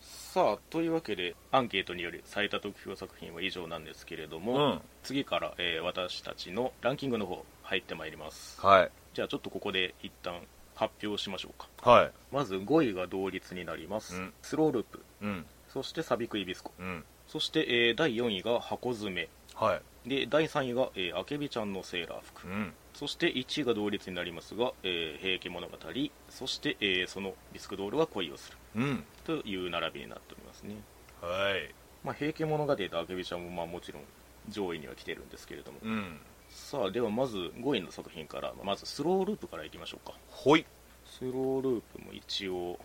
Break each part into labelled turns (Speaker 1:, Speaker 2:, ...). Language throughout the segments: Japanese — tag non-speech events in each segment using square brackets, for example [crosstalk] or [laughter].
Speaker 1: さあというわけでアンケートにより最多得票作品は以上なんですけれども、
Speaker 2: うん
Speaker 1: 次から、えー私たちのランキングの方入ってまいります
Speaker 2: はい
Speaker 1: じゃあちょっとここで一旦発表しましょうか
Speaker 2: はい
Speaker 1: まず5位が同率になります、
Speaker 2: うん
Speaker 1: スローループ
Speaker 2: うん
Speaker 1: そしてサビクイビスコ
Speaker 2: うん
Speaker 1: そして、えー第4位が箱詰め
Speaker 2: はい
Speaker 1: で第3位が、えー、あけびちゃんのセーラー服
Speaker 2: うん
Speaker 1: そして1位が同率になりますが「えー、平家物語」そして、えーそのビスクドールは恋をする
Speaker 2: うん
Speaker 1: という並びになっておりますね、
Speaker 2: はい
Speaker 1: まあ、平家物語とあけびちゃんも、まあ、もちろん上位には来てるんですけれども、
Speaker 2: うん
Speaker 1: さあではまず5位の作品からまずスローループからいきましょうか
Speaker 2: ほい
Speaker 1: スローループも一応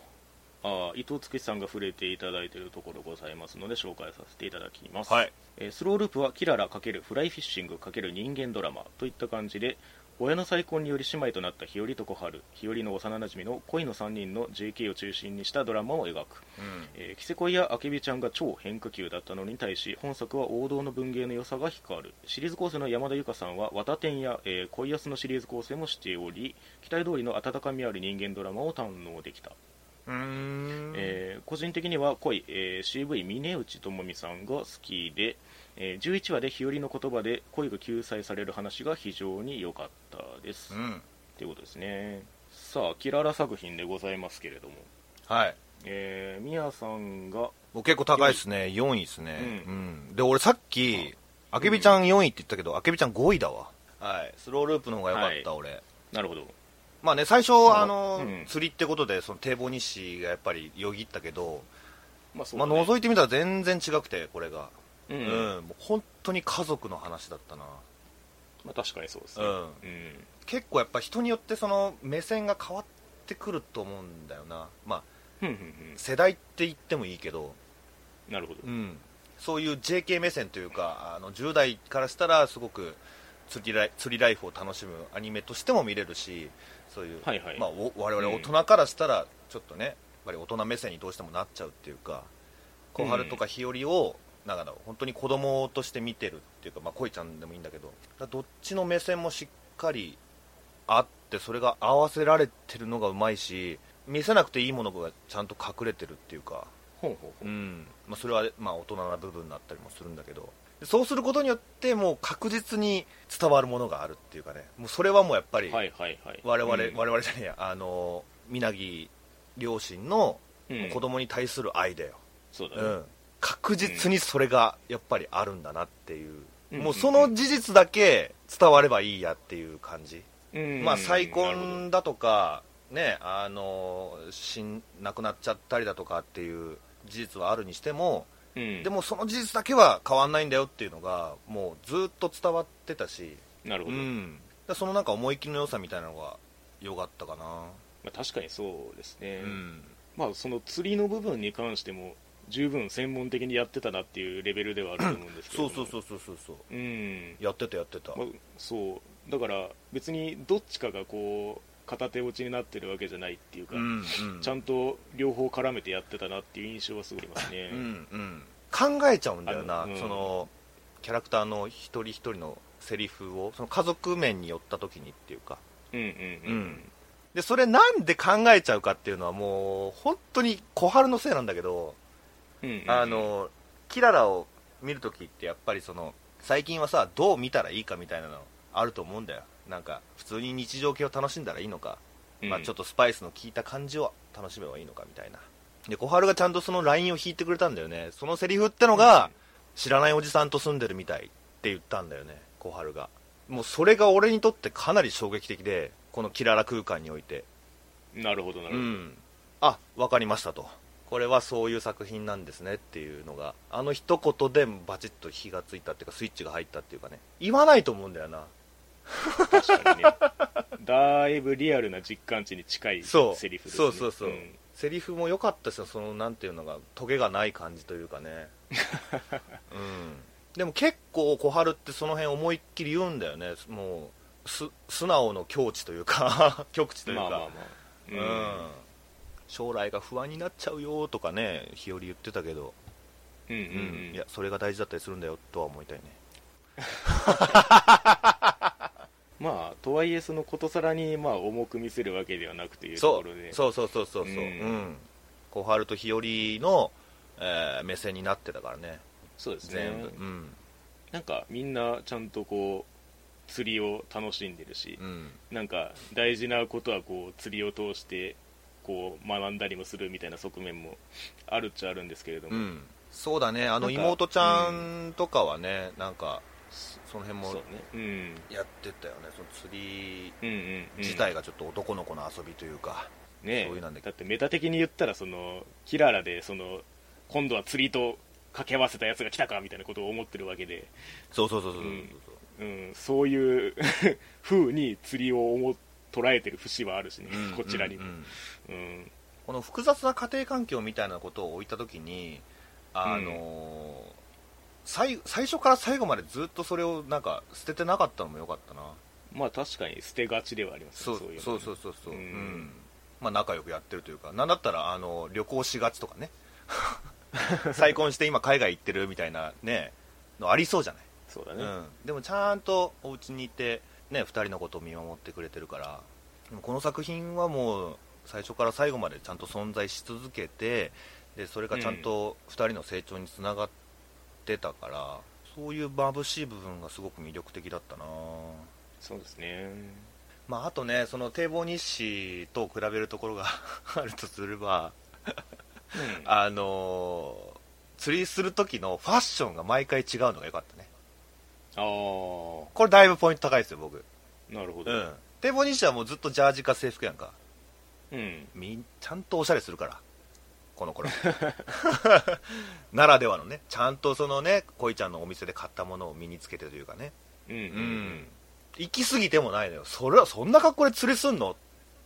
Speaker 1: あー伊藤月さんが触れていただいているところございますので紹介させていただきます、
Speaker 2: はい
Speaker 1: えースローループはキララ×フライフィッシング×人間ドラマといった感じで親の再婚により姉妹となった日和と小春日和の幼なじみの恋の3人の JK を中心にしたドラマを描く、
Speaker 2: うん
Speaker 1: えー、キセコイやアケビちゃんが超変化球だったのに対し本作は王道の文芸の良さが光るシリーズ構成の山田由佳さんは「綿天」や「えー恋安」のシリーズ構成もしており期待通りの温かみある人間ドラマを堪能できた
Speaker 2: うーん
Speaker 1: えー個人的には恋、えー CV 峰内智美さんが好きで、えー11話で日和の言葉で恋が救済される話が非常に良かったです、
Speaker 2: う
Speaker 1: っ
Speaker 2: ん
Speaker 1: ていうことですねさあキララ作品でございますけれども
Speaker 2: はい
Speaker 1: えー、ミヤさんが
Speaker 2: 僕結構高いですね4位ですね、
Speaker 1: う
Speaker 2: うんんで俺さっきあけびちゃん4位って言ったけどあけびちゃん5位だわはいスローループの方が良かった、俺
Speaker 1: なるほど
Speaker 2: まあね最初あの、
Speaker 1: うん
Speaker 2: 釣りってことでその堤防日誌がやっぱりよぎったけど、
Speaker 1: まあそ
Speaker 2: まあ
Speaker 1: だね
Speaker 2: 覗いてみたら全然違くてこれが
Speaker 1: うん
Speaker 2: うん、もう本当に家族の話だったな
Speaker 1: まあ、確かにそうですね
Speaker 2: うん
Speaker 1: うん
Speaker 2: 結構やっぱ人によってその目線が変わってくると思うんだよなまあ
Speaker 1: ふんふんふ
Speaker 2: 世代って言ってもいいけど
Speaker 1: んなるほど
Speaker 2: うん、そういう JK 目線というかあの10代からしたらすごく釣りライ釣りライフを楽しむアニメとしても見れるしそういう、
Speaker 1: はいはい
Speaker 2: まあ、お我々大人からしたらちょっとね、やっぱり大人目線にどうしてもなっちゃうっていうか小春とか日和を、なんかだろう本当に子供として見てるっていうか、まあ、恋ちゃんでもいいんだけどだからどっちの目線もしっかりあってそれが合わせられてるのがうまいし見せなくていいものがちゃんと隠れてるっていうか
Speaker 1: ほうほうほう
Speaker 2: うんまあ、それは、まあ、大人な部分だったりもするんだけどでそうすることによってもう確実に伝わるものがあるっていうかねもうそれはもうやっぱり
Speaker 1: は
Speaker 2: 我
Speaker 1: いはいはい
Speaker 2: 々、
Speaker 1: うん
Speaker 2: 我々じゃねえやあの皆木両親の
Speaker 1: うん
Speaker 2: 子供に対する愛だよ、
Speaker 1: そうだ
Speaker 2: う
Speaker 1: ね、
Speaker 2: ん確実にそれがやっぱりあるんだなっていう、
Speaker 1: うん
Speaker 2: もうその事実だけ伝わればいいやっていう感じ、
Speaker 1: うん
Speaker 2: まあ、再
Speaker 1: なるほど
Speaker 2: 婚だとか、ね、あの死ん亡くなっちゃったりだとかっていう事実はあるにしても、
Speaker 1: うん
Speaker 2: でもその事実だけは変わんないんだよっていうのが、もうずっと伝わってたし、
Speaker 1: なるほ
Speaker 2: う
Speaker 1: ど、
Speaker 2: ん、だそのなんか思い切りの良さみたいなのが良かったかな、
Speaker 1: まあ、確かにそうですね、
Speaker 2: うん、
Speaker 1: まあその釣りの部分に関しても十分専門的にやってたなっていうレベルではあると思うんですけ
Speaker 2: そ
Speaker 1: ど
Speaker 2: うそう
Speaker 1: う
Speaker 2: そうそうそうそう、
Speaker 1: うん、
Speaker 2: やってた、やってた、
Speaker 1: まあ、そうだから別にどっちかがこう片手落ちになってるわけじゃないっていうか、
Speaker 2: うん
Speaker 1: ちゃ
Speaker 2: と、
Speaker 1: んと両方絡めてやってたなっていう印象はすごいありますね、
Speaker 2: うんうん、考えちゃうんだよな、
Speaker 1: あのうん
Speaker 2: そのキャラクターの一人一人のセリフを、その家族面に寄った時にっていうか。
Speaker 1: うんうんうん
Speaker 2: でそれなんで考えちゃうかっていうのはもう本当に小春のせいなんだけど、
Speaker 1: うんうん
Speaker 2: あのキララを見るときってやっぱりその最近はさどう見たらいいかみたいなのあると思うんだよなんか普通に日常系を楽しんだらいいのか、まあ、ちょっとスパイスの効いた感じを楽しめばいいのかみたいなで小春がちゃんとそのラインを引いてくれたんだよねそのセリフってのが、知らないおじさんと住んでるみたいって言ったんだよね小春がもうそれが俺にとってかなり衝撃的でこのキララ空間において
Speaker 1: うんなるほどなる
Speaker 2: う
Speaker 1: ほど、
Speaker 2: ん、あ分かりましたとこれはそういう作品なんですねっていうのがあの一言でバチッと火がついたっていうかスイッチが入ったっていうかね言わないと思うんだよな
Speaker 1: 確かにねだいぶリアルな実感値に近い
Speaker 2: そう
Speaker 1: セリフです、ね、
Speaker 2: そうそうそう、
Speaker 1: ん
Speaker 2: セリフも良かったしそのなんていうのがトゲがない感じというか
Speaker 1: [laughs]
Speaker 2: ねうんでも結構小春ってその辺思いっきり言うんだよねもうす素直の境地というか [laughs] 極地というか、
Speaker 1: まあまあまあ
Speaker 2: うん将来が不安になっちゃうよとかね日和言ってたけど
Speaker 1: うんうんうんうん
Speaker 2: いやそれが大事だったりするんだよとは思いたいね
Speaker 1: まあとはいえそのことさらにまあ重く見せるわけではなくというと
Speaker 2: そ
Speaker 1: ころで
Speaker 2: うそうそうそうそうそう
Speaker 1: う
Speaker 2: うんん小春と日和のえー目線になってたからね
Speaker 1: そうですね
Speaker 2: 全部うん
Speaker 1: なんかみんなちゃんとこう釣りを楽しんでるし
Speaker 2: う、ん
Speaker 1: なんか大事なことはこう釣りを通してこう学んだりもするみたいな側面もあるっちゃあるんですけれども、
Speaker 2: うんそうだねあの
Speaker 1: なんか
Speaker 2: 妹ちゃんとかはねなんかその辺
Speaker 1: そう
Speaker 2: も
Speaker 1: ね、うん、
Speaker 2: やってたよねその釣り
Speaker 1: うんうんうん
Speaker 2: 自体がちょっと男の子の遊びというか、
Speaker 1: ね
Speaker 2: そういうなんだけ
Speaker 1: だってメタ的に言ったらそのキララでその今度は釣りと掛け合わせたやつが来たかみたいなことを思ってるわけで、
Speaker 2: そうそうそうそうう、
Speaker 1: んうん、そういう [laughs] 風に釣りを思捉えてる節はあるしね、
Speaker 2: うん
Speaker 1: こちらにも、
Speaker 2: う
Speaker 1: うん
Speaker 2: うんんこの複雑な家庭環境みたいなことを置いた時にあのー最最初から最後までずっとそれをなんか捨ててなかったのも良かったな
Speaker 1: まあ確かに捨てがちではあります
Speaker 2: そう
Speaker 1: ね
Speaker 2: そう
Speaker 1: いの
Speaker 2: そうそうそう
Speaker 1: うん
Speaker 2: うんまあ仲良くやってるというかなんだったらあの旅行しがちとか [laughs] ね再婚して今海外行ってるみたいなねのありそうじゃない
Speaker 1: そうだ
Speaker 2: う
Speaker 1: ね、
Speaker 2: ん、でもちゃんとお家にいて、ね、2人のことを見守ってくれてるからでもこの作品はもう最初から最後までちゃんと存在し続けてでそれがちゃんと2人の成長につながってたから、そういう眩しい部分がすごく魅力的だったな、
Speaker 1: そうですね
Speaker 2: まあ、あとねその堤防日誌と比べるところが [laughs] あるとすれば
Speaker 1: うん
Speaker 2: あのー釣りする時のファッションが毎回違うのが良かったね
Speaker 1: あー
Speaker 2: これだいぶポイント高いですよ僕
Speaker 1: なるほど、
Speaker 2: うん、堤防西はもうずっとジャージか制服やんか
Speaker 1: うん
Speaker 2: みんちゃんとおしゃれするからこの頃 [laughs] ならではのねちゃんとそのね恋ちゃんのお店で買ったものを身につけてというかね
Speaker 1: うん
Speaker 2: う行き過ぎてもないのよそれはそんな格好で釣りすんのっ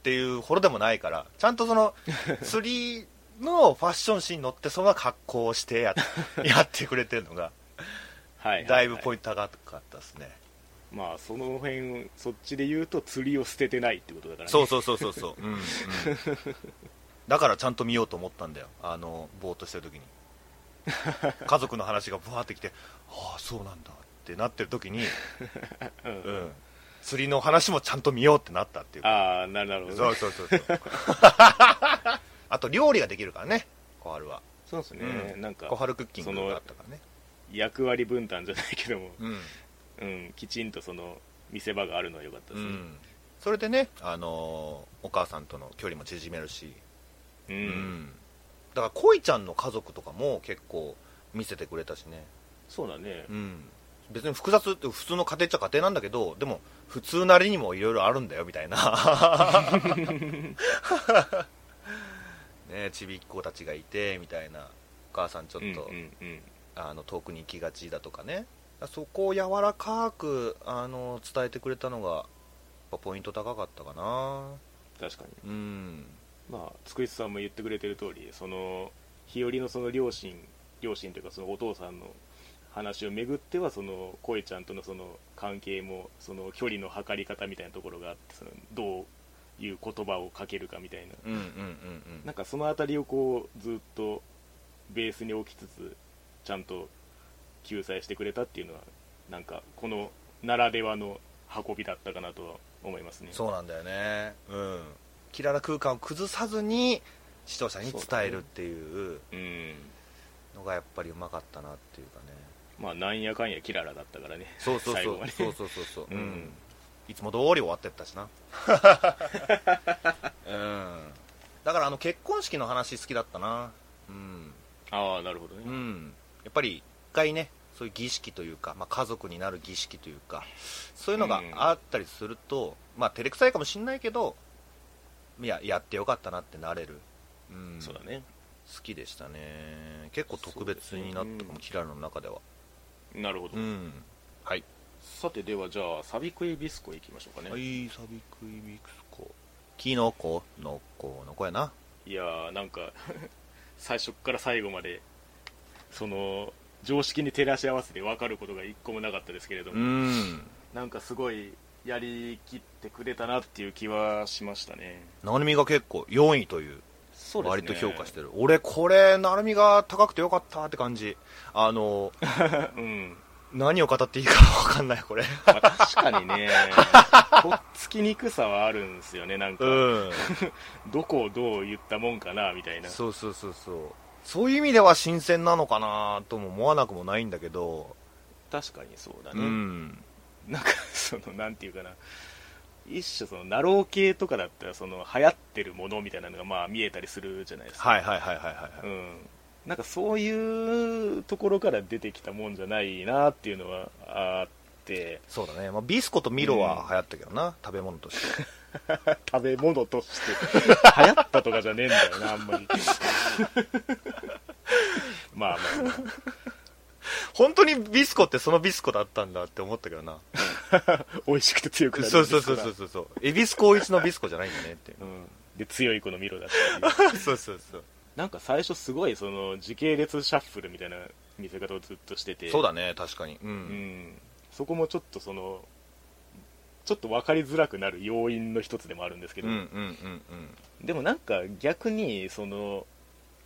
Speaker 2: ていうほどでもないからちゃんとそ
Speaker 1: [laughs]
Speaker 2: の釣りのファッション誌に乗ってそんな格好をし
Speaker 1: [laughs]
Speaker 2: てややってくれてるのが
Speaker 1: はいはい
Speaker 2: だいぶ
Speaker 1: イン
Speaker 2: ポイント高かったですね
Speaker 1: トまあその辺そっちで言うと釣りを捨ててないってことだからね
Speaker 2: そうそうそうそう
Speaker 1: [laughs]
Speaker 2: そう、うんうんだからちゃんと見ようと思ったんだよあのぼーっとしてる時に家族の話がぶわって
Speaker 1: [laughs]
Speaker 2: きてああそうなんだってなってる時に、
Speaker 1: うん
Speaker 2: うん、釣りの話もちゃんと見ようってなったっていう
Speaker 1: ああなるなるほど
Speaker 2: そう
Speaker 1: ね
Speaker 2: そうそうそうあと料理ができるからね小春は
Speaker 1: そうですね、
Speaker 2: う
Speaker 1: なんか
Speaker 2: 小春クッキングがあったからね
Speaker 1: 役割分担じゃないけども、
Speaker 2: うん、
Speaker 1: うん、きちんとその見せ場があるのは良かった
Speaker 2: う
Speaker 1: ですね
Speaker 2: ん、それでね、あのーお母さんとの距離も縮めるし
Speaker 1: うん、
Speaker 2: うん、だから恋ちゃんの家族とかも結構見せてくれたしね、
Speaker 1: そうだね、
Speaker 2: うん、別に複雑って普通の家庭っちゃ家庭なんだけどでも普通なりにもいろいろあるんだよみた
Speaker 1: [laughs]
Speaker 2: いなねちびっ子たちがいてみたいなお母さんちょっ
Speaker 1: うんうん
Speaker 2: と、
Speaker 1: うん
Speaker 2: あの遠くに行きがちだとかねそこを柔らかくあの伝えてくれたのがやっぱポイント高かったかな
Speaker 1: 確かに
Speaker 2: うん
Speaker 1: まあつくしさんも言ってくれてる通りその日和のその両親両親というかそのお父さんの話をめぐってはその恋ちゃんとのその関係もその距離の測り方みたいなところがあってそのどういう言葉をかけるかみたいな
Speaker 2: うんうんうんう
Speaker 1: なんんかその辺りをこうずっとベースに置きつつちゃんと救済してくれたっていうのはなんかこのならではの運びだったかなとは思いますね
Speaker 2: そうなんだよねうんキララ空間を崩さずに視聴者に伝えるっていう
Speaker 1: うん
Speaker 2: のがやっぱりうまかったなっていうかね
Speaker 1: まあなんやかんやキララだったからね
Speaker 2: そうそう
Speaker 1: 最
Speaker 2: そ
Speaker 1: 後ま
Speaker 2: う
Speaker 1: で
Speaker 2: そうそうそうそう、
Speaker 1: う
Speaker 2: う
Speaker 1: んん、
Speaker 2: いつも通り終わってった
Speaker 1: [laughs]
Speaker 2: しなうんだからあの結婚式の話好きだったなうん、
Speaker 1: ああなるほど
Speaker 2: う
Speaker 1: ね
Speaker 2: ん、やっぱり一回ねそういう儀式というか、まあ、家族になる儀式というかそういうのがあったりすると、まあ照れくさいかもしんないけどいややってよかったなってなれる、うん、
Speaker 1: そうだね
Speaker 2: 好きでしたね結構特別にな
Speaker 1: そ
Speaker 2: ったか
Speaker 1: うですねう
Speaker 2: も、
Speaker 1: ん
Speaker 2: キララの中では
Speaker 1: なるほど、
Speaker 2: うんはい、
Speaker 1: さてではじゃあサビクエビスコ行きましょうかね、、
Speaker 2: はいいサビクイビクスコキノコのコのコやな
Speaker 1: やーなんか [laughs] 最初から最後までその常識に照らし合わせて分かることが一個もなかったですけれども、
Speaker 2: ん
Speaker 1: なんかすごいやりきってくれたなっていう気はしましたね。
Speaker 2: なるみが結構4位という
Speaker 1: そ
Speaker 2: 割と評価してる、俺これなるみが高くてよかったって感じあの
Speaker 1: た。うん。
Speaker 2: 何を語っていいか分かんないこれ
Speaker 1: まあ確かに
Speaker 2: [laughs]
Speaker 1: ね、とっつきにくさはあるんですよね、なんか、
Speaker 2: うん
Speaker 1: どこをどう言ったもんかな、みたいな。
Speaker 2: そうそうそうそうそういう意味では新鮮なのかなとも思わなくもないんだけど、
Speaker 1: 確かにそうだ
Speaker 2: う
Speaker 1: ね、
Speaker 2: ん、
Speaker 1: なんかそのなんていうかな一種そのナロー系とかだったらその流行ってるものみたいなのがまあ見えたりするじゃないですか、
Speaker 2: はいはいはいはいはい、は
Speaker 1: う
Speaker 2: い
Speaker 1: ん、なんかそういうところから出てきたもんじゃないなっていうのはあって
Speaker 2: そうだね、まあ、ビスコとミロは流行ったけどな、食べ物として
Speaker 1: 食べ物として
Speaker 2: [laughs]
Speaker 1: 流行ったとかじゃねえんだよなあんまりまあまあ、ま
Speaker 2: 本当にビスコってそのビスコだったんだって思ったけどな
Speaker 1: あ、美味しくて強くなる
Speaker 2: そうそうそう
Speaker 1: です
Speaker 2: そ
Speaker 1: か
Speaker 2: うそうそう恵比寿光一のビスコじゃないんだねっていう
Speaker 1: らうん、で強い子のミロだったっていう
Speaker 2: そうそうそう
Speaker 1: なんか最初すごいその時系列シャッフルみたいな見せ方をずっとしてて
Speaker 2: そうだね確かにうん、
Speaker 1: うん、そこもちょっとそのちょっと分かりづらくなる要因の一つでもあるんですけ
Speaker 2: う
Speaker 1: ど、
Speaker 2: んうんうんうん
Speaker 1: でもなんか逆にその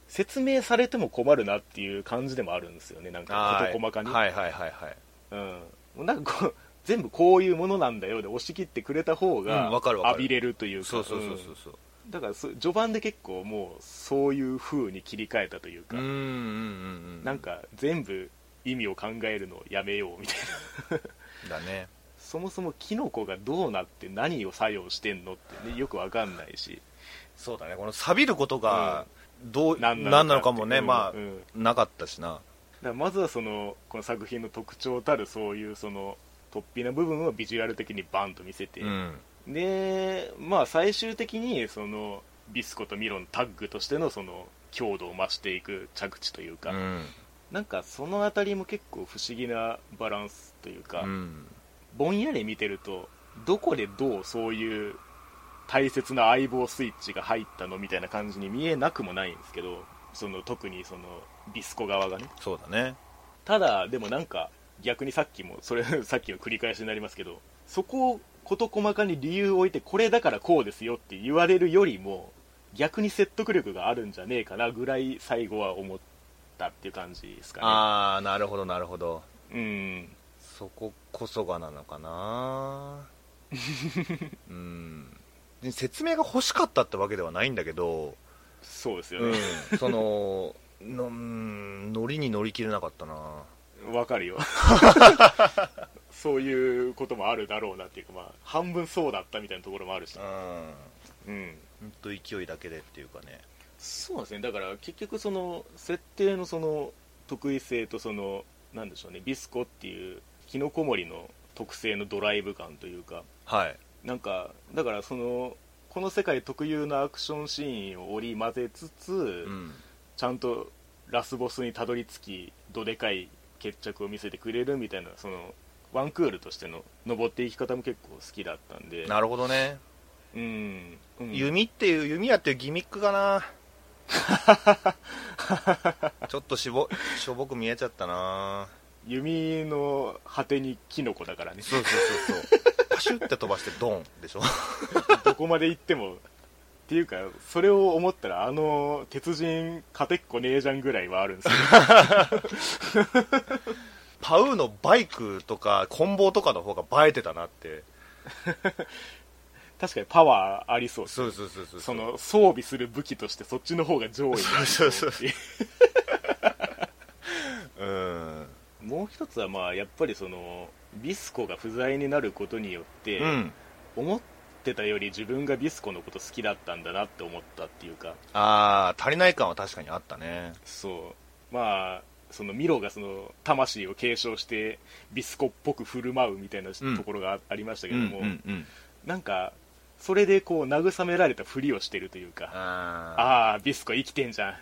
Speaker 1: 説明されても困るなっていう感じでもあるんですよねなんか
Speaker 2: はい
Speaker 1: 事細かに、
Speaker 2: はいはいはいはい
Speaker 1: うん、もうなんかこう全部こういうものなんだよで押し切ってくれた方
Speaker 2: う
Speaker 1: が
Speaker 2: んわかるわかる
Speaker 1: 浴びれるというか
Speaker 2: そうそうそうそうそう
Speaker 1: うんだからそ序盤で結構もうそういう風に切り替えたというか、
Speaker 2: うんうんうんうん
Speaker 1: なんか全部意味を考えるのをやめようみたいな
Speaker 2: だね
Speaker 1: そもそもキノコがどうなって何を作用してんのって、ね、よくわかんないし
Speaker 2: そうだねこの錆びることがどう、
Speaker 1: 何
Speaker 2: 何
Speaker 1: なのか
Speaker 2: なのかもね、
Speaker 1: うん
Speaker 2: まあ、
Speaker 1: うん
Speaker 2: なかったしな
Speaker 1: だからまずはそのこの作品の特徴たるそういうその突飛な部分をビジュアル的にバンと見せて、
Speaker 2: うん
Speaker 1: でまあ最終的にそのビスコとミロのタッグとしてのその強度を増していく着地という
Speaker 2: う
Speaker 1: か、
Speaker 2: ん
Speaker 1: なんかその辺りも結構不思議なバランスというか、
Speaker 2: うん
Speaker 1: ぼんやり見てるとどこでどうそういう大切な相棒スイッチが入ったのみたいな感じに見えなくもないんですけどその特にそのビスコ側がね
Speaker 2: そうだね
Speaker 1: ただでもなんか逆にさっきもそれ [laughs] さっきの繰り返しになりますけどそこを事細かに理由を置いてこれだからこうですよって言われるよりも逆に説得力があるんじゃねえかなぐらい最後は思ったっていう感じですか
Speaker 2: ああなるほどなるほど
Speaker 1: ねうん
Speaker 2: そここそがなの
Speaker 1: [laughs]
Speaker 2: かなうんで説明が欲しかったってわけではないんだけど、
Speaker 1: そうですよね、
Speaker 2: うん、そののうん乗りに乗り切れなかったな
Speaker 1: わかるよそういうこともあるだろうなっていうか、まあ、半分そうだったみたいなところもあるし
Speaker 2: うん、ほ
Speaker 1: うん
Speaker 2: んと勢いだけでっていうかね
Speaker 1: そうですねだから結局その設定のその得意性とそのなんでしょうねビスコっていうキノコモリの特性のドライブ感というか
Speaker 2: はい
Speaker 1: なんかだからそのこの世界特有のアクションシーンを織り交ぜつつ、
Speaker 2: うん
Speaker 1: ちゃんとラスボスにたどり着きどでかい決着を見せてくれるみたいなそのワンクールとしての登っていき方も結構好きだったんで
Speaker 2: なるほどね、
Speaker 1: うん、うん
Speaker 2: 弓っていう弓矢っていうギミックが [laughs] なちょっとしぼしょぼく見えちゃったな
Speaker 1: 弓の果てにキノコだからね [laughs]
Speaker 2: そうそうそうそうパシュって飛ばしてドンでしょ
Speaker 1: どこまで行ってもっていうかそれを思ったらあの鉄人勝てっこねえじゃんぐらいはあるん
Speaker 2: [laughs]
Speaker 1: です
Speaker 2: パウのバイクとか棍棒とかの方が映えてたなって
Speaker 1: けど確かにパワーありそうです
Speaker 2: そうそうそうそう
Speaker 1: その装備する武器としてそっちの方が上位になり
Speaker 2: そうそう
Speaker 1: っていう
Speaker 2: うん
Speaker 1: [laughs] もう一つはまあやっぱりそのビスコが不在になることによって、
Speaker 2: うん
Speaker 1: 思ってたより自分がビスコのこと好きだったんだなって思ったっていうか
Speaker 2: ああ足りない感は確かにあったね
Speaker 1: そうまあそのミロがその魂を継承してビスコっぽく振る舞うみたいな
Speaker 2: うん
Speaker 1: ところがあありましたけ
Speaker 2: う
Speaker 1: ど
Speaker 2: んう
Speaker 1: も、
Speaker 2: んうん
Speaker 1: なんかそれでこう慰められたふりをしてるというか
Speaker 2: ああ
Speaker 1: ああービスコ生きてんじゃん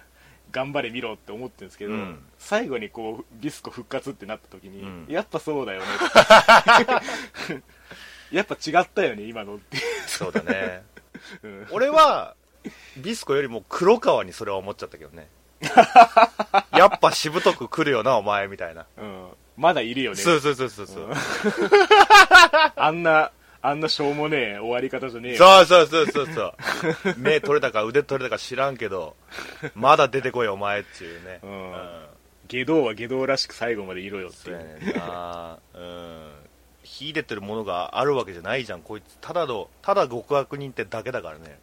Speaker 1: 頑張れミロって思ってるんですけど、
Speaker 2: うん
Speaker 1: 最後にこうビスコ復活ってなった時に、
Speaker 2: うん
Speaker 1: やっぱそうだよね
Speaker 2: [laughs]
Speaker 1: やっぱ違ったよね今のって、
Speaker 2: そうだね
Speaker 1: うん
Speaker 2: 俺はビスコよりも黒川にそれは思っちゃったけどねやっぱしぶとく来るよなお前みたいな、
Speaker 1: うん、まだいるよね
Speaker 2: そうそうそうそうそう、
Speaker 1: うんあんな、あんなしょうもねえ終わり方じゃねえよ。
Speaker 2: そうそうそうそうそう目取れたか腕取れたか知らんけどまだ出てこいお前っていうね
Speaker 1: うん下道は下道らしく最後までいろよって
Speaker 2: そ
Speaker 1: いうう。
Speaker 2: やねんなうん秀でてるものがあるわけじゃないじゃんこいつただのただ極悪人ってだけだからね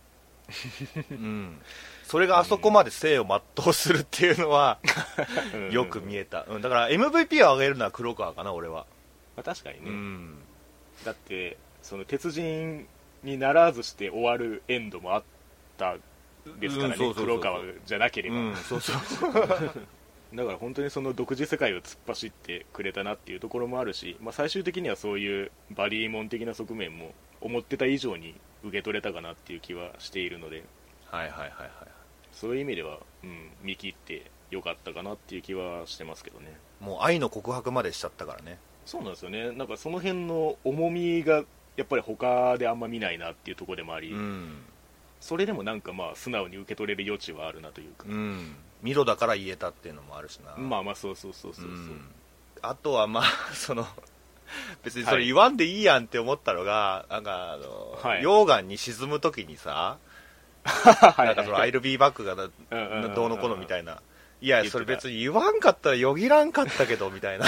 Speaker 2: うん、それがあそこまで生を全うするっていうのはよく見
Speaker 1: え、
Speaker 2: えた、うん、だから MVP を上げるのは黒川かな俺は、
Speaker 1: まあ、確かにね、
Speaker 2: うん、
Speaker 1: だってその鉄人にならずして終わるエンドもあったですからね、
Speaker 2: うんそうそうそうそ
Speaker 1: 黒
Speaker 2: う
Speaker 1: 川じゃなければ、
Speaker 2: うん、そうそう [laughs]
Speaker 1: だから本当にその独自世界を突っ走ってくれたなっていうところもあるし、まあ、最終的にはそういうバリーモン的な側面も思ってた以上に受け取れたかなっていう気はしているので
Speaker 2: はいはいはいはい
Speaker 1: そういう意味では、うん、見切ってよかったかなっていう気はしてますけどね
Speaker 2: もう愛の告白までしちゃったからね
Speaker 1: そうなんですよねなんかその辺の重みがやっぱり他であんま見ないなっていうところでもあり、
Speaker 2: うん、
Speaker 1: それでもなんかまあ素直に受け取れる余地はあるなというか
Speaker 2: う、ん、ミロだから言えたっていうのもあるしな
Speaker 1: まあまあそうそうそうそうそう、
Speaker 2: うん
Speaker 1: [laughs]
Speaker 2: あとはまあ [laughs] その別にそれ言わんでいいやんって思ったのが、なんかあの、
Speaker 1: はい
Speaker 2: 溶岩に沈む時にさ、
Speaker 1: は
Speaker 2: なんかそのアイルビーバックがな
Speaker 1: うんうんうんうん
Speaker 2: どうのこうのみたいな、いや
Speaker 1: 言って、た
Speaker 2: それ別に言わんかったらよぎらんかったけど
Speaker 1: [laughs]
Speaker 2: みたいな、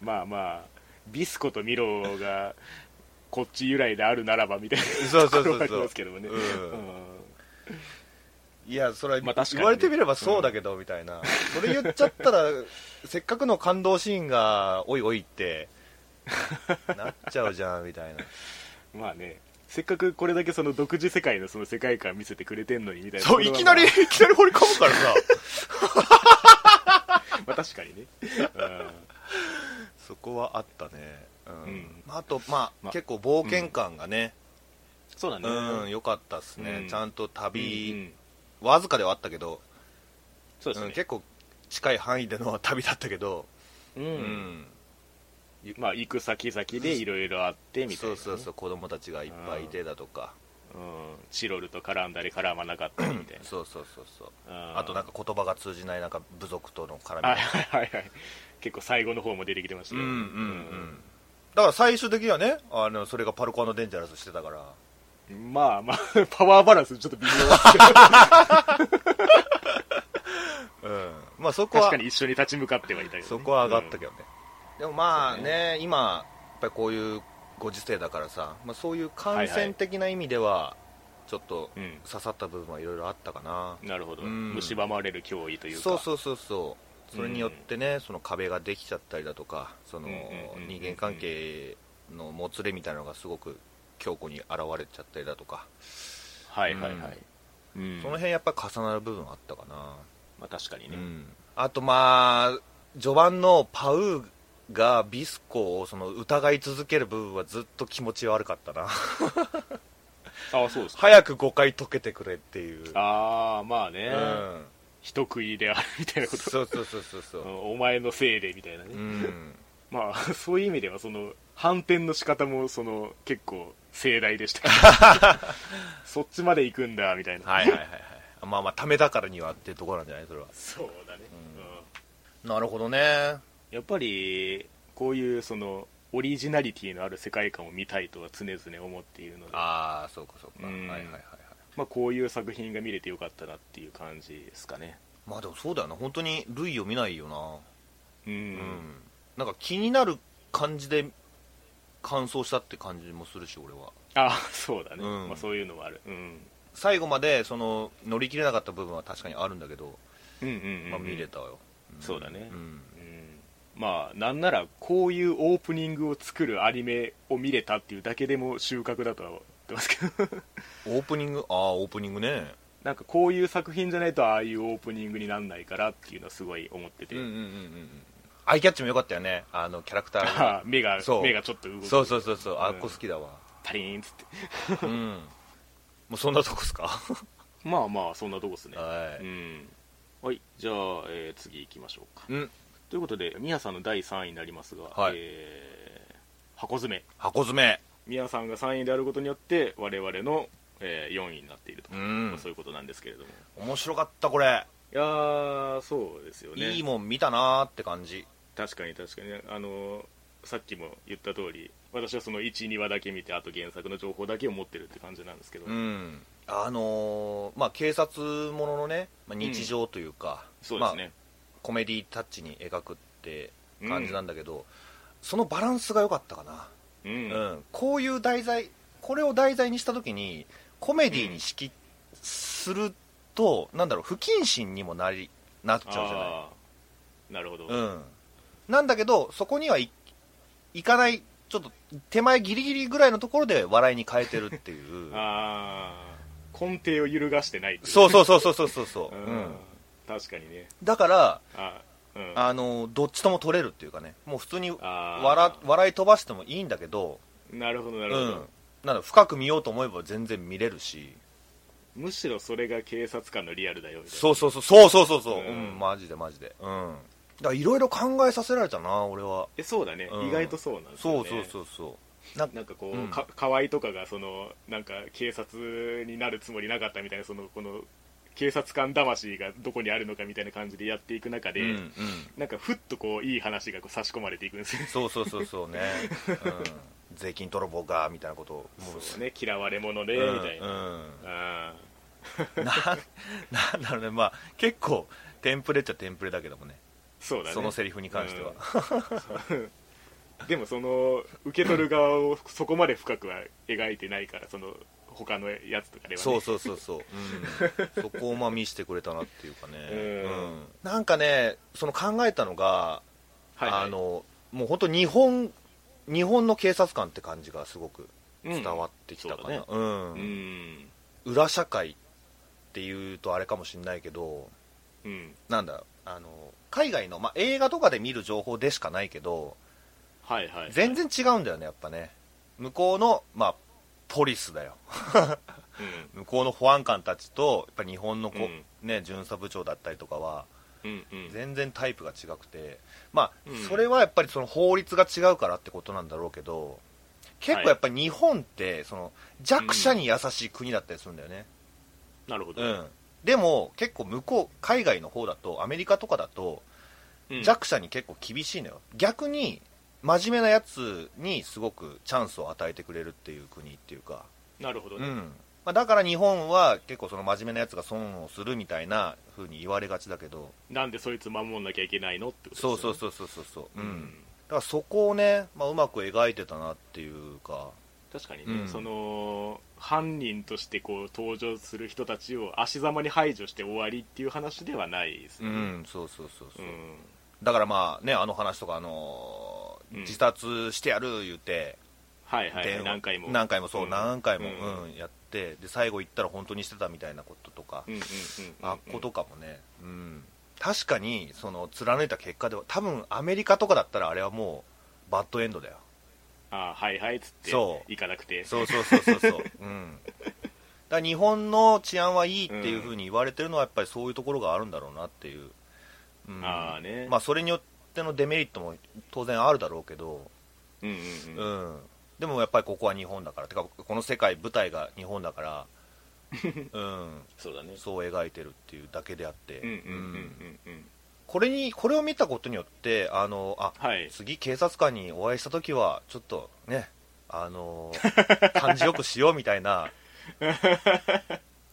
Speaker 1: まあまあビスコとミロがこっち由来であるならばみたいな
Speaker 2: そうそうそ
Speaker 1: と
Speaker 2: う
Speaker 1: ころはあり
Speaker 2: そ
Speaker 1: ま
Speaker 2: う
Speaker 1: すけどもね、
Speaker 2: うん
Speaker 1: うん
Speaker 2: いや、それは
Speaker 1: まあ確かにね
Speaker 2: 言われてみればそうだけどみたいな、それ言っちゃったら、せっかくの感動シーンが、おいおい
Speaker 1: [laughs]
Speaker 2: ってなっちゃうじゃんみたいな。
Speaker 1: まあねせっかくこれだけその独自世界のその世界観見せてくれてんのにみたいな
Speaker 2: そう、いきなり、い
Speaker 1: それは
Speaker 2: きなり掘り込むからさ。
Speaker 1: まあ、まあ確かにね、
Speaker 2: そこはあったね。うん
Speaker 1: ん
Speaker 2: あと、まあ、
Speaker 1: まあ
Speaker 2: 結構冒険感がね、
Speaker 1: そうだね、
Speaker 2: うん、良かったですね、
Speaker 1: うん
Speaker 2: ちゃんと旅、
Speaker 1: うんうん
Speaker 2: わずかではあったけど、
Speaker 1: そうです
Speaker 2: うん
Speaker 1: ね、
Speaker 2: 結構近い範囲での旅だったけど、
Speaker 1: うん
Speaker 2: うん
Speaker 1: まあ行く先々でいろいろあってみたい
Speaker 2: そ
Speaker 1: なね、
Speaker 2: うそうそう、子供たちがいっぱいいてだとか、
Speaker 1: うん、チロルと絡んだり絡まなかったりみたいな
Speaker 2: そうそうそうそう、
Speaker 1: うん
Speaker 2: あとなんか言葉が通じないなんか部族との絡み
Speaker 1: はいはいはいはい結構最後の方も出てきてました
Speaker 2: うん
Speaker 1: ね
Speaker 2: うんうん、だから最終的にはね、あのそれがパルコのデンジャラスしてたから、
Speaker 1: うんまあまあ [laughs] パワーバランスちょっと微妙ですけど
Speaker 2: うんまあ、そこは
Speaker 1: 確かに一緒に立ち向かってはいたけどね、
Speaker 2: そこは上がったけ
Speaker 1: ど、
Speaker 2: どね、でもまあ
Speaker 1: そう
Speaker 2: ね今やっぱりこういうご時世だからさ、まあ、そういう感染的な意味ではちょっと
Speaker 1: うん
Speaker 2: 刺さった部分はいろいろあったかな、
Speaker 1: なるほど、
Speaker 2: うん
Speaker 1: 蝕まれる脅威というか
Speaker 2: そうそうそうそうそれによってね、その壁ができちゃったりだとかその
Speaker 1: うんうんうんうん
Speaker 2: 人間関係のもつれみたいなのがすごく強固に現れちゃったりだとか、
Speaker 1: はいはいはい、うん
Speaker 2: その辺やっぱり重なる部分あったかな
Speaker 1: まあ、確かに
Speaker 2: う
Speaker 1: ね、
Speaker 2: んあとまあ序盤のパウがビスコをその疑い続ける部分はずっと気持ち悪かった
Speaker 1: [laughs]
Speaker 2: な
Speaker 1: ああそうですか
Speaker 2: 早く誤解解けてくれっていう
Speaker 1: ああまあね、
Speaker 2: うん
Speaker 1: 人食いであるみたいなこと
Speaker 2: そうそうそうそうそう
Speaker 1: [laughs]
Speaker 2: うん
Speaker 1: お前のせいでみたいなね、
Speaker 2: うん
Speaker 1: まあ [laughs] そういう意味ではその反転の仕方もその結構盛大でしたけ
Speaker 2: [laughs]
Speaker 1: どそっちまで行くんだみたいな、
Speaker 2: はいはいはいはいまあまあためだからにはっていうところなんじゃないそれは
Speaker 1: [laughs] そうだね、
Speaker 2: うん
Speaker 1: うん
Speaker 2: なるほどね
Speaker 1: やっぱりこういうそのオリジナリティのある世界観を見たいとは常々思っているので
Speaker 2: ああそうかそうか、
Speaker 1: うん
Speaker 2: はいはいはいはい
Speaker 1: まあ、こういう作品が見れてよかったなっていう感じですかね
Speaker 2: まあでもそうだよな本当に類を見ないよな
Speaker 1: うん、
Speaker 2: うん、なんか気になる感じで完走したって感じもするし俺は
Speaker 1: ああそうだね、
Speaker 2: うん
Speaker 1: まあ、そういうのもある、うん、
Speaker 2: 最後までその乗り切れなかった部分は確かにあるんだけど、
Speaker 1: うんうんうん
Speaker 2: まあ、見れたよ、ん
Speaker 1: そうだね
Speaker 2: うん
Speaker 1: うんまあなんならこういうオープニングを作るアニメを見れたっていうだけでも収穫だとは思ってますけど [laughs]
Speaker 2: オープニングああオープニングね
Speaker 1: なんかこういう作品じゃないとああいうオープニングになんないからっていうのはすごい思ってて、
Speaker 2: うんうんアイキャッチも良かったよねあのキャラクタ [laughs] ーが
Speaker 1: ああ目が
Speaker 2: そう
Speaker 1: 目がちょっと動く
Speaker 2: そうそうそうそうあ
Speaker 1: うん
Speaker 2: っこ好きだわ
Speaker 1: パリーンっつって
Speaker 2: うんもうそんなとこっすか
Speaker 1: まあまあそんなとこですね
Speaker 2: は
Speaker 1: う
Speaker 2: い、
Speaker 1: んはいじゃあ、えー次行きましょうか
Speaker 2: うん、
Speaker 1: ということで宮さんの第3位になりますが、
Speaker 2: はい
Speaker 1: えー箱詰め
Speaker 2: [laughs] 箱詰め
Speaker 1: 宮さんが3位であることによって我々の、え4位になっていると、
Speaker 2: うん
Speaker 1: まあそういうことなんですけれども
Speaker 2: 面白かったこれ、
Speaker 1: いやーそうですよね
Speaker 2: いいもん見たなーって感じ
Speaker 1: 確かに確かにあのーさっきも言った通り私はその12話だけ見てあと原作の情報だけを持ってるって感じなんですけど、
Speaker 2: うんあのーまあ警察もののね、まあ、日常というか、
Speaker 1: そうですね、
Speaker 2: まあコメディタッチに描くって感じなんだけど、そのバランスが良かったかな、
Speaker 1: うん
Speaker 2: うんこういう題材これを題材にした時にコメディに指揮すると、なんだろう不謹慎にもなりなっちゃうじゃ
Speaker 1: あーなるほど、
Speaker 2: ない、うん、なんだけどそこにはい、いかないちょっと手前ギリギリぐらいのところで笑いに変えてるっていう
Speaker 1: [laughs] ああ根底を揺るがしてないってい
Speaker 2: そうそうそうそうそうそうそ
Speaker 1: う
Speaker 2: う、うん
Speaker 1: ん、確かにね
Speaker 2: だから
Speaker 1: あうん
Speaker 2: あのどっちとも取れるっていうかねもう普通に
Speaker 1: あー
Speaker 2: 笑笑い飛ばしてもいいんだけど
Speaker 1: なるほどな
Speaker 2: う
Speaker 1: るほど、
Speaker 2: ん、なんだ深く見ようと思えば全然見れるし
Speaker 1: むしろそれが警察官のリアルだよみたいな
Speaker 2: そうそうそうそうそうそうそ
Speaker 1: う
Speaker 2: う、うんんマジでマジでうんだからいろいろ考えさせられたな俺は
Speaker 1: えそうだね、
Speaker 2: うん
Speaker 1: 意外とそうなんです
Speaker 2: そ
Speaker 1: よ、ね
Speaker 2: う、そうそうそうなん
Speaker 1: なんかこう、
Speaker 2: うん
Speaker 1: か河合とかがそのなんか警察になるつもりなかったみたいなそのこの警察官魂がどこにあるのかみたいな感じでやっていく中で、
Speaker 2: うんうん、
Speaker 1: なんかふっとこういい話がこう差し込まれていくんですよね
Speaker 2: そうそうそうそうね、うん、税金泥棒がみたいなことをも
Speaker 1: そうね嫌われ者で、
Speaker 2: うん
Speaker 1: みたいな、
Speaker 2: うん
Speaker 1: あ
Speaker 2: ななんだろうねまあ結構テンプレっちゃテンプレだけどもね
Speaker 1: ーそうだね
Speaker 2: そのセリフに関しては、
Speaker 1: でもその受け取る側をそこまで深くは描いてないからその他のやつとかではね
Speaker 2: そうそうそうそう、うん、そこをまあ見せてくれたなっていうかね、
Speaker 1: うん
Speaker 2: うんなんかねその考えたのが、
Speaker 1: はいはい
Speaker 2: あのもう本当日本日本の警察官って感じがすごく
Speaker 1: うん
Speaker 2: 伝わってきたか
Speaker 1: そ
Speaker 2: な、
Speaker 1: う
Speaker 2: うん
Speaker 1: だねうん
Speaker 2: 裏社会っていうとあれかもしれないけど
Speaker 1: うん
Speaker 2: なんだあの海外の、まあ、映画とかで見る情報でしかないけど
Speaker 1: はいはい
Speaker 2: 全、然違うんだよねやっぱね向こうの、まあ、ポリスだよ向こうの保安官たちとやっぱ日本のこ、ね、巡査部長だったりとかは
Speaker 1: うんうんうん
Speaker 2: 全然タイプが違くて、まあ
Speaker 1: うん
Speaker 2: それはやっぱりその法律が違うからってことなんだろうけど結構やっぱり日本ってその弱者に優しい国だったりするんだよね、
Speaker 1: なるほど、
Speaker 2: うんでも結構向こう海外の方だとアメリカとかだと
Speaker 1: うん
Speaker 2: 弱者に結構厳しいのよ、逆に真面目なやつにすごくチャンスを与えてくれるっていう国っていうか、
Speaker 1: なるほど
Speaker 2: う
Speaker 1: ね、
Speaker 2: んまあ、だから日本は結構その真面目なやつが損をするみたいな風に言われがちだけど
Speaker 1: なんでそいつ守んなきゃいけないのってことですよ
Speaker 2: そう
Speaker 1: ね
Speaker 2: そうそうそうそう
Speaker 1: う
Speaker 2: そう、う、
Speaker 1: んん
Speaker 2: だからそこをね、まあ、うまく描いてたなっていうか
Speaker 1: 確かにね、
Speaker 2: うん
Speaker 1: その犯人としてこう登場する人たちを足ざまに排除して終わりっていう話ではないです
Speaker 2: う
Speaker 1: ね、
Speaker 2: ん、そうそうそう
Speaker 1: う
Speaker 2: そう、
Speaker 1: ん
Speaker 2: だからまあねあの話とかあのー
Speaker 1: うん
Speaker 2: 自殺してやる言うて、
Speaker 1: はいはい、
Speaker 2: 電話
Speaker 1: 何回も
Speaker 2: 何回もそう、
Speaker 1: ん
Speaker 2: 何回も、
Speaker 1: う
Speaker 2: うんんやってで最後行ったら本当にしてたみたいなこととか、
Speaker 1: うんうんうん
Speaker 2: あっことかもね、うん、確かにその貫いた結果では多分アメリカとかだったらあれはもうバッドエンドだよ
Speaker 1: ああはいはいっつって
Speaker 2: そう
Speaker 1: 行かなくて
Speaker 2: そうそうそうそ
Speaker 1: [laughs]
Speaker 2: うそう、うん、だから日本の治安はいいっていうふうに言われてるのはやっぱりそういうところがあるんだろうなっていう、うん
Speaker 1: ああね
Speaker 2: まあ、それによってのデメリットも当然あるだろうけど、
Speaker 1: うんうん
Speaker 2: う
Speaker 1: うん
Speaker 2: ん、でもやっぱりここは日本だからてかこの世界舞台が日本だ
Speaker 1: [laughs]
Speaker 2: から、うん、
Speaker 1: そうだね
Speaker 2: そう描いてるっていうだけであって、
Speaker 1: うんうんうん
Speaker 2: うん
Speaker 1: うんうん
Speaker 2: これにこれを見たことによってあのあ
Speaker 1: はい
Speaker 2: 次警察官にお会いした時はちょっとねあ [laughs] のー感じよくしようみたいな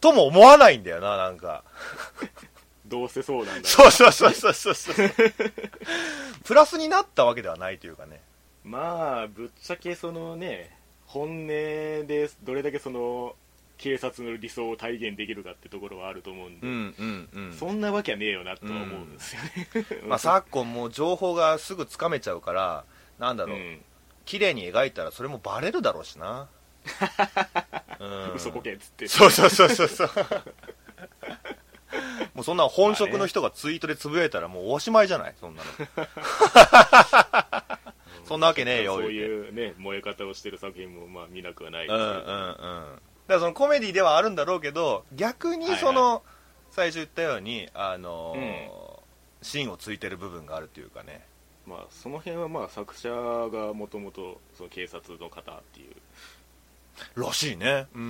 Speaker 2: とも思わないんだよななんか
Speaker 1: どうせそうなんだろ
Speaker 2: そうそうそうそうそうそうプラスになったわけではないというかね
Speaker 1: うまあぶっちゃけそのね本音でどれだけその警察の理想を体現できるかってところはあると思うんで、
Speaker 2: んうんうん
Speaker 1: そんなわけはねえよなとは思うんですよね、 [laughs]
Speaker 2: まあ、昨今もう情報がすぐつかめちゃうからなんだ
Speaker 1: う
Speaker 2: ろう、
Speaker 1: ん、
Speaker 2: 綺麗に描いたらそれもバレるだろうし [laughs] な、うん、
Speaker 1: 嘘こけっつって
Speaker 2: そうそうそうそうそう [laughs] もうそんな本職の人がツイートでつぶやいたらもうおしまいじゃないそんなの
Speaker 1: [laughs]
Speaker 2: そんなわけねえよ
Speaker 1: そう
Speaker 2: 言うて
Speaker 1: いうね燃え方をしてる作品もまあ見なくはない
Speaker 2: うんうんうんだからそのコメディではあるんだろうけど逆にその、
Speaker 1: は
Speaker 2: 最初言ったようにあのー芯をついてる部分があるというかね
Speaker 1: まあその辺はまあ作者がもともとその警察の方っていう、
Speaker 2: らしいねうん、
Speaker 1: う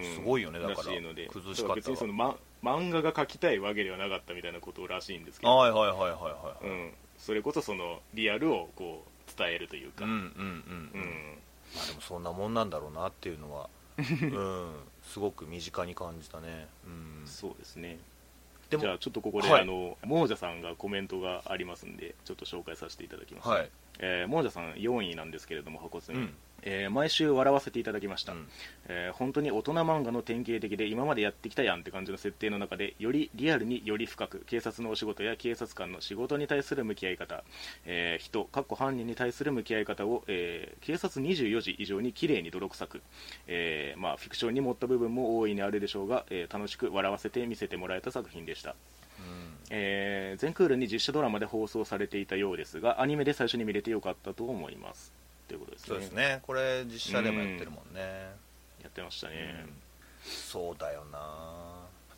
Speaker 1: ん
Speaker 2: すごいよねだから
Speaker 1: しいので
Speaker 2: 崩し
Speaker 1: だから別
Speaker 2: 方
Speaker 1: にその、
Speaker 2: は
Speaker 1: ま、漫画が描きたいわけではなかったみたいなことらしいんですけど、
Speaker 2: はいはいはいはいは
Speaker 1: う
Speaker 2: い、
Speaker 1: ん、それこそそのリアルをこう伝えるというか、
Speaker 2: うん、うんうん
Speaker 1: う
Speaker 2: うん、
Speaker 1: ん
Speaker 2: まあ、でもそんなもんなんだろうなっていうのは、うん、すごく身近に感じたね、うん、
Speaker 1: そうですね
Speaker 2: で
Speaker 1: じゃ
Speaker 2: も
Speaker 1: あちょっとここで、
Speaker 2: はい
Speaker 1: あの亡者さんがコメントがありますんでちょっと紹介させていただきます、
Speaker 2: はい
Speaker 1: えー、もんじゃさん4位なんですけれども、箱詰め、
Speaker 2: うん
Speaker 1: えー毎週笑わせていただきました、
Speaker 2: うん
Speaker 1: えー本当に大人漫画の典型的で、今までやってきたやんって感じの設定の中で、よりリアルにより深く、警察のお仕事や警察官の仕事に対する向き合い方、えー人、かっこ犯人に対する向き合い方を、えー警察24時以上に綺麗に泥臭く、えーまあ、フィクションに持った部分も大いにあるでしょうが、えー楽しく笑わせて見せてもらえた作品でした。えー、全クールに実写ドラマで放送されていたようですがアニメで最初に見れてよかったと思いますということですね
Speaker 2: そうですねこれ実写でもやってるもんね、
Speaker 1: やってましたね、
Speaker 2: うんそうだよな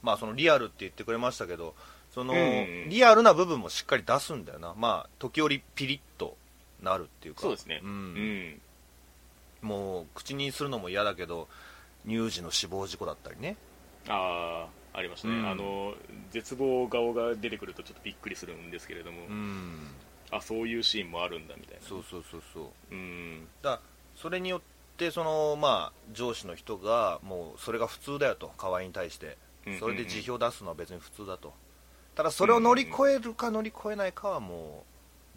Speaker 2: まあそのリアルって言ってくれましたけどその、
Speaker 1: うん
Speaker 2: リアルな部分もしっかり出すんだよなまあ時折ピリッとなるっていうか
Speaker 1: そうですね
Speaker 2: う
Speaker 1: うんん
Speaker 2: もう口にするのも嫌だけど乳児の死亡事故だったりね
Speaker 1: ああありましたね、
Speaker 2: うん
Speaker 1: あの絶望顔が出てくるとちょっとびっくりするんですけれども、
Speaker 2: うん
Speaker 1: あそういうシーンもあるんだみたいな
Speaker 2: そうそうそうそう
Speaker 1: うん
Speaker 2: だからそれによってそのまあ上司の人がもうそれが普通だよと河合に対して
Speaker 1: うん
Speaker 2: それで辞表を出すのは別に普通だとただそれを乗り越えるか乗り越えないかはも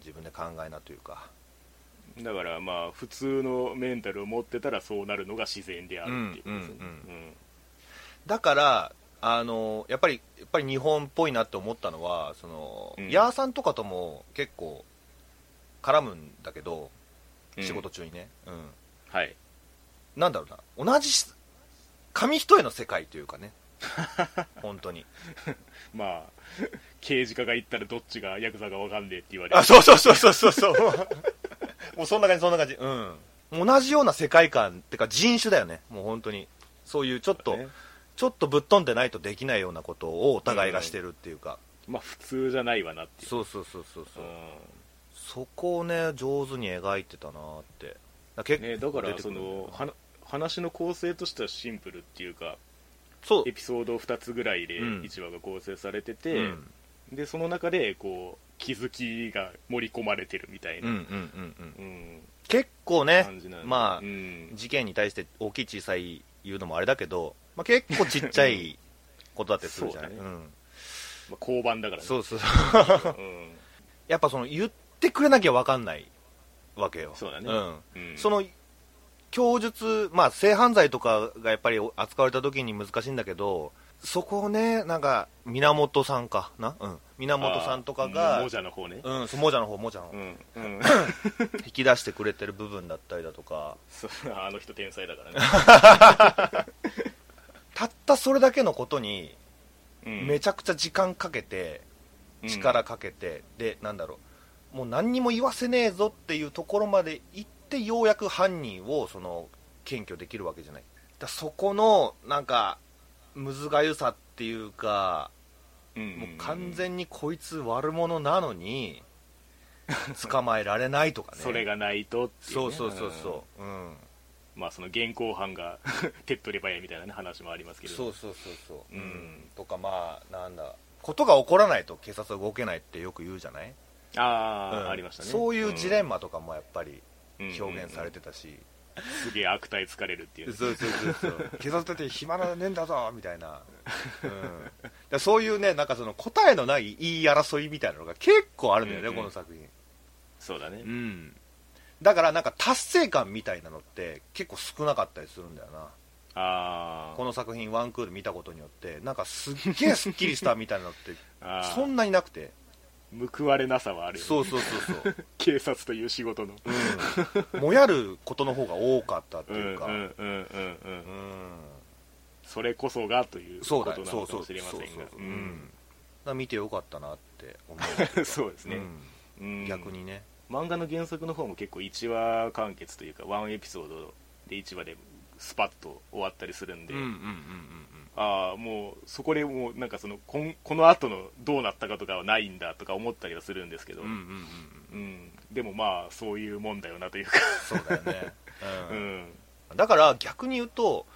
Speaker 2: う自分で考えなというか
Speaker 1: だからまあ普通のメンタルを持ってたらそうなるのが自然であるっていうことですね
Speaker 2: うんうん
Speaker 1: うん
Speaker 2: だからあのやっぱりやっぱり日本っぽいなって思ったのはその、
Speaker 1: うん
Speaker 2: ヤーさんとかとも結構絡むんだけど
Speaker 1: うん
Speaker 2: 仕事中にね、うん
Speaker 1: はい
Speaker 2: なんだろうな同じし紙一重の世界というか
Speaker 1: [laughs]
Speaker 2: ね本当に
Speaker 1: まあ [laughs] 刑事課が行ったらどっちがヤクザがわかんねえって言われる
Speaker 2: あそうそうそうそうそうそう [laughs] もうそんな感じそんな感じうん同じような世界観ってか人種だよねもう本当にそういうちょっと、
Speaker 1: ね
Speaker 2: ちょっとぶっ飛んでないとできないようなことをお互いがしてるっていうか、
Speaker 1: まあ普通じゃないわなっていう
Speaker 2: そうそうそうそうそう、
Speaker 1: う
Speaker 2: そこをね上手に描いてたなってだから
Speaker 1: んね、だから
Speaker 2: 出て
Speaker 1: そ
Speaker 2: くるん
Speaker 1: の
Speaker 2: よな
Speaker 1: はな話の構成としてはシンプルっていうか
Speaker 2: そう
Speaker 1: エピソード2つぐらいで
Speaker 2: うん
Speaker 1: 1話が構成されて
Speaker 2: うん
Speaker 1: て、でその中でこう気づきが盛り込まれてるみたい
Speaker 2: うんう
Speaker 1: な、
Speaker 2: んうんうん
Speaker 1: うん
Speaker 2: 結構ね
Speaker 1: 感じなんで
Speaker 2: まあ
Speaker 1: うん
Speaker 2: 事件に対して大きい小さい言うのもあれだけど、まあ、結構ちっちゃいことだってするじゃない
Speaker 1: そう
Speaker 2: う
Speaker 1: だ
Speaker 2: ん
Speaker 1: まあ、交番だからね
Speaker 2: そうそう
Speaker 1: うん
Speaker 2: やっぱその言ってくれなきゃ分かんないわけよ
Speaker 1: そうだね
Speaker 2: ん
Speaker 1: うん
Speaker 2: その供述、まあ、性犯罪とかがやっぱり扱われた時に難しいんだけどそこをねなんか源さんかな、うん、源さんとか
Speaker 1: あー
Speaker 2: が
Speaker 1: もじゃの方ね
Speaker 2: うん、そうもじゃの方もじゃの
Speaker 1: う
Speaker 2: 方
Speaker 1: ん、う
Speaker 2: [laughs]
Speaker 1: ん、
Speaker 2: 引き出してくれてる部分だったりだとか
Speaker 1: そうあの人天才だから
Speaker 2: [laughs]
Speaker 1: ね、
Speaker 2: たったそれだけのことに
Speaker 1: うん
Speaker 2: めちゃくちゃ時間かけて、
Speaker 1: うん
Speaker 2: 力かけて、でなんだろうもう何にも言わせねえぞっていうところまで行ってようやく犯人をその検挙できるわけじゃないだそこのなんかむずがゆさっていうか
Speaker 1: うん
Speaker 2: もう完全にこいつ悪者な
Speaker 1: [laughs]
Speaker 2: のに捕まえられないとかね
Speaker 1: それがないとっていうね、
Speaker 2: そうそうそうそう、うん
Speaker 1: まあ、その現行犯が [laughs] 手っ取り早いみたいな、ね、話もありますけれど
Speaker 2: そうそうそうそう、
Speaker 1: うん
Speaker 2: とかまあなんだことが起こらないと警察は動けないってよく言うじゃない、
Speaker 1: ああ、
Speaker 2: うん
Speaker 1: ありましたね
Speaker 2: そういうジレンマとかもやっぱり表現され、てたし、
Speaker 1: うんすげえ悪態つかれるっていうね、
Speaker 2: そうそうそうそう [laughs] 警察だって暇なねえんだぞみたいな、うん、だからそういうねなんかその答えのない言い争いみたいなのが結構あるんだよね、
Speaker 1: うんうん
Speaker 2: この作品
Speaker 1: そうだね
Speaker 2: うんだからなんか達成感みたいなのって結構少なかったりするんだよな
Speaker 1: あ
Speaker 2: この作品ワンクール見たことによってなんかすっげえすっきりしたみたいなのって
Speaker 1: [laughs] あー
Speaker 2: そんなになくて
Speaker 1: 報われなさはあるよね
Speaker 2: そうそうそうそう
Speaker 1: 警察という仕事の
Speaker 2: うんもやることの方が多かったって
Speaker 1: うんう
Speaker 2: い
Speaker 1: ん
Speaker 2: う
Speaker 1: う
Speaker 2: か
Speaker 1: んうんうん
Speaker 2: うん
Speaker 1: それこそがという
Speaker 2: そ
Speaker 1: こ
Speaker 2: うだ
Speaker 1: とな
Speaker 2: そ
Speaker 1: の
Speaker 2: う
Speaker 1: か
Speaker 2: そう
Speaker 1: もしれませんが
Speaker 2: そうそうそう
Speaker 1: う
Speaker 2: うんんだから見てよかったなって思
Speaker 1: そうです
Speaker 2: う、
Speaker 1: ね、う
Speaker 2: うん
Speaker 1: ん
Speaker 2: [laughs] 逆にね
Speaker 1: 漫画の原作の方も結構1話完結というかワンエピソードで1話でスパッと終わったりするんで、ああもうそこでもうなんかそのこんこの後のどうなったかとかはないんだとか思ったりはするんですけど、
Speaker 2: うんうんうんうん
Speaker 1: うんでもまあそういうもんだよなというか、
Speaker 2: そうだよね、
Speaker 1: う
Speaker 2: うん
Speaker 1: ん、
Speaker 2: だから逆に言うと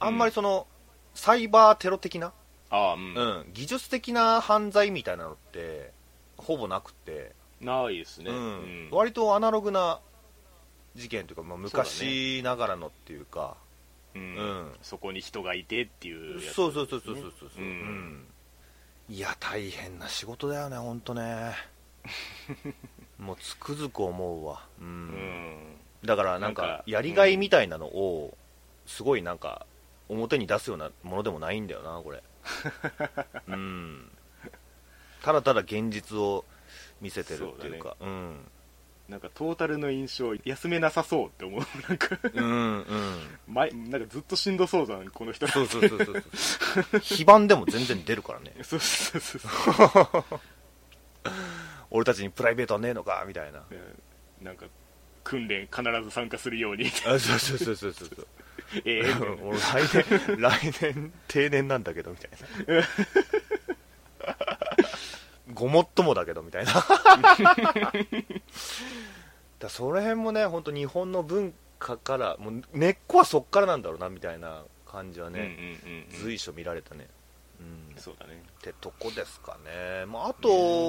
Speaker 2: あんまりその、サイバーテロ的な、
Speaker 1: ああうん、
Speaker 2: うん技術的な犯罪みたいなのってほぼなくて、
Speaker 1: ないですね、
Speaker 2: う
Speaker 1: うん
Speaker 2: ん割とアナログな事件というか、まあ、昔ながらのっていうか
Speaker 1: うん
Speaker 2: うん
Speaker 1: そこに人がいてっていうやつ
Speaker 2: そうそうそうそうそうそう、
Speaker 1: うん
Speaker 2: [laughs] うんいや大変な仕事だよね本当ねうもうつくづく思うわうん、
Speaker 1: うん
Speaker 2: だからなん
Speaker 1: なん
Speaker 2: か
Speaker 1: か
Speaker 2: やりがいみたいなのをすごいなんか表に出すようなものでもないんだよなこれ [laughs] うんただただ現実を見せてるっていうかう,、
Speaker 1: なんかトータルの印象休めなさそうって思うなんか
Speaker 2: んうん [laughs] うん
Speaker 1: 前なんかずっとしんどそうだなこの人ら
Speaker 2: そうそうそうそうそう非番でも全然出るからね
Speaker 1: そうそうそうそう
Speaker 2: 俺たちにプライベートはねえのかみたい [laughs] な
Speaker 1: うんなんか訓練必ず参加するよ
Speaker 2: [laughs]
Speaker 1: うに
Speaker 2: あそうそうそうそうそうそう
Speaker 1: ええみたいな
Speaker 2: [laughs] 俺来年来年定年なんだけどみたいなごもっともだけど
Speaker 1: [laughs]
Speaker 2: みたいなだからその辺もね本当日本の文化からもう根っこはそっからなんだろうなみたいな感じはね、
Speaker 1: うんうんうんうん
Speaker 2: 随所見られたね、うん、っ
Speaker 1: そうだね
Speaker 2: てとこですかね、まあ、あと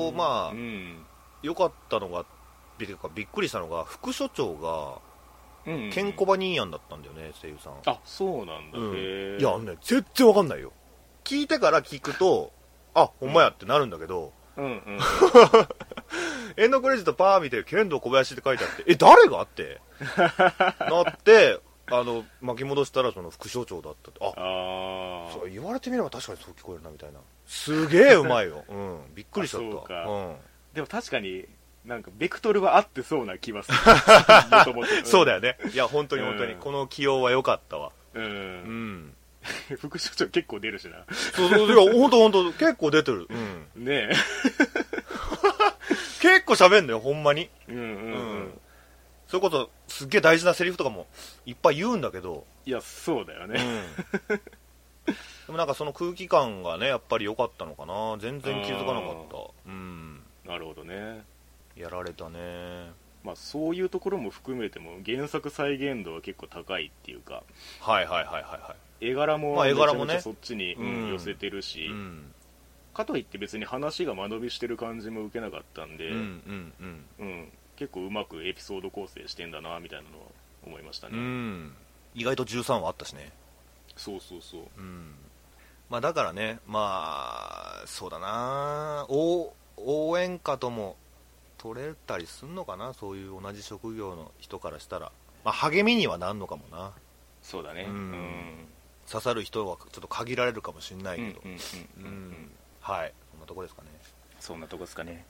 Speaker 1: うん
Speaker 2: まあ
Speaker 1: うん
Speaker 2: 良かったのがびてかびっくりしたのが副所長が
Speaker 1: うんうん
Speaker 2: ケンコバニーヤンだったんだよね声優さん
Speaker 1: あそうなんだ、
Speaker 2: うん
Speaker 1: へえ
Speaker 2: いやあのね全然わかんないよ聞いてから聞く [laughs] とあほんまやってなるんだけど、
Speaker 1: うんうん
Speaker 2: エンドクレジットパー見て剣道小林って書いてあってえ誰が [laughs] ってなってあの巻き戻したらその副所長だったってあ
Speaker 1: ああ
Speaker 2: そう言われてみれば確かにそう聞こえるなみたいなすげえうまいよ、うん、びっくりしちゃっ
Speaker 1: あそう
Speaker 2: た
Speaker 1: か
Speaker 2: うん
Speaker 1: でも確かになんかベクトルは合ってそうな気はする
Speaker 2: [laughs]
Speaker 1: もともと
Speaker 2: そうだよねいや本当に本当に、
Speaker 1: うん
Speaker 2: この起用は良かったわ
Speaker 1: う、
Speaker 2: うんん
Speaker 1: 副所長結構出るしな [laughs]
Speaker 2: そうそうそういや本当本当結構出てる、うん、
Speaker 1: ね
Speaker 2: 結構喋んのよほんまに
Speaker 1: えうんうん、う
Speaker 2: うん
Speaker 1: ん、
Speaker 2: それこそすっげえ大事なセリフとかもいっぱい言うんだけど、
Speaker 1: いやそうだよね、
Speaker 2: [laughs] でもなんかその空気感がねやっぱり良かったのかな全然気づかなかったうん
Speaker 1: なるほどね
Speaker 2: やられたね
Speaker 1: まあそういうところも含めても原作再現度は結構高いっていうか
Speaker 2: はいはいはいはいは
Speaker 1: 絵柄も
Speaker 2: まあ絵
Speaker 1: めち
Speaker 2: 柄
Speaker 1: ゃ
Speaker 2: も
Speaker 1: め
Speaker 2: ね
Speaker 1: ちゃそっちに、うん
Speaker 2: うん
Speaker 1: 寄せてる
Speaker 2: い、
Speaker 1: し、
Speaker 2: うん、
Speaker 1: かといって別に話が間延びしてる感じも受けなかったんで、
Speaker 2: うんうんうん
Speaker 1: うん結構うまくエピソード構成してんだなみたいなのは思いましたね、
Speaker 2: うん意外と13はあったしね
Speaker 1: そうそうそう
Speaker 2: うんまあだからねまあそうだな応応援歌とも取れたりすんのかなそういう同じ職業の人からしたら、まあ、励みにはなんのかもな
Speaker 1: そうだねう
Speaker 2: う
Speaker 1: んん、
Speaker 2: 刺さる人はちょっと限られるかもしれない
Speaker 1: うんうん
Speaker 2: けど、
Speaker 1: うんうん
Speaker 2: うんはいそんなとこですかね
Speaker 1: そんなとこですかね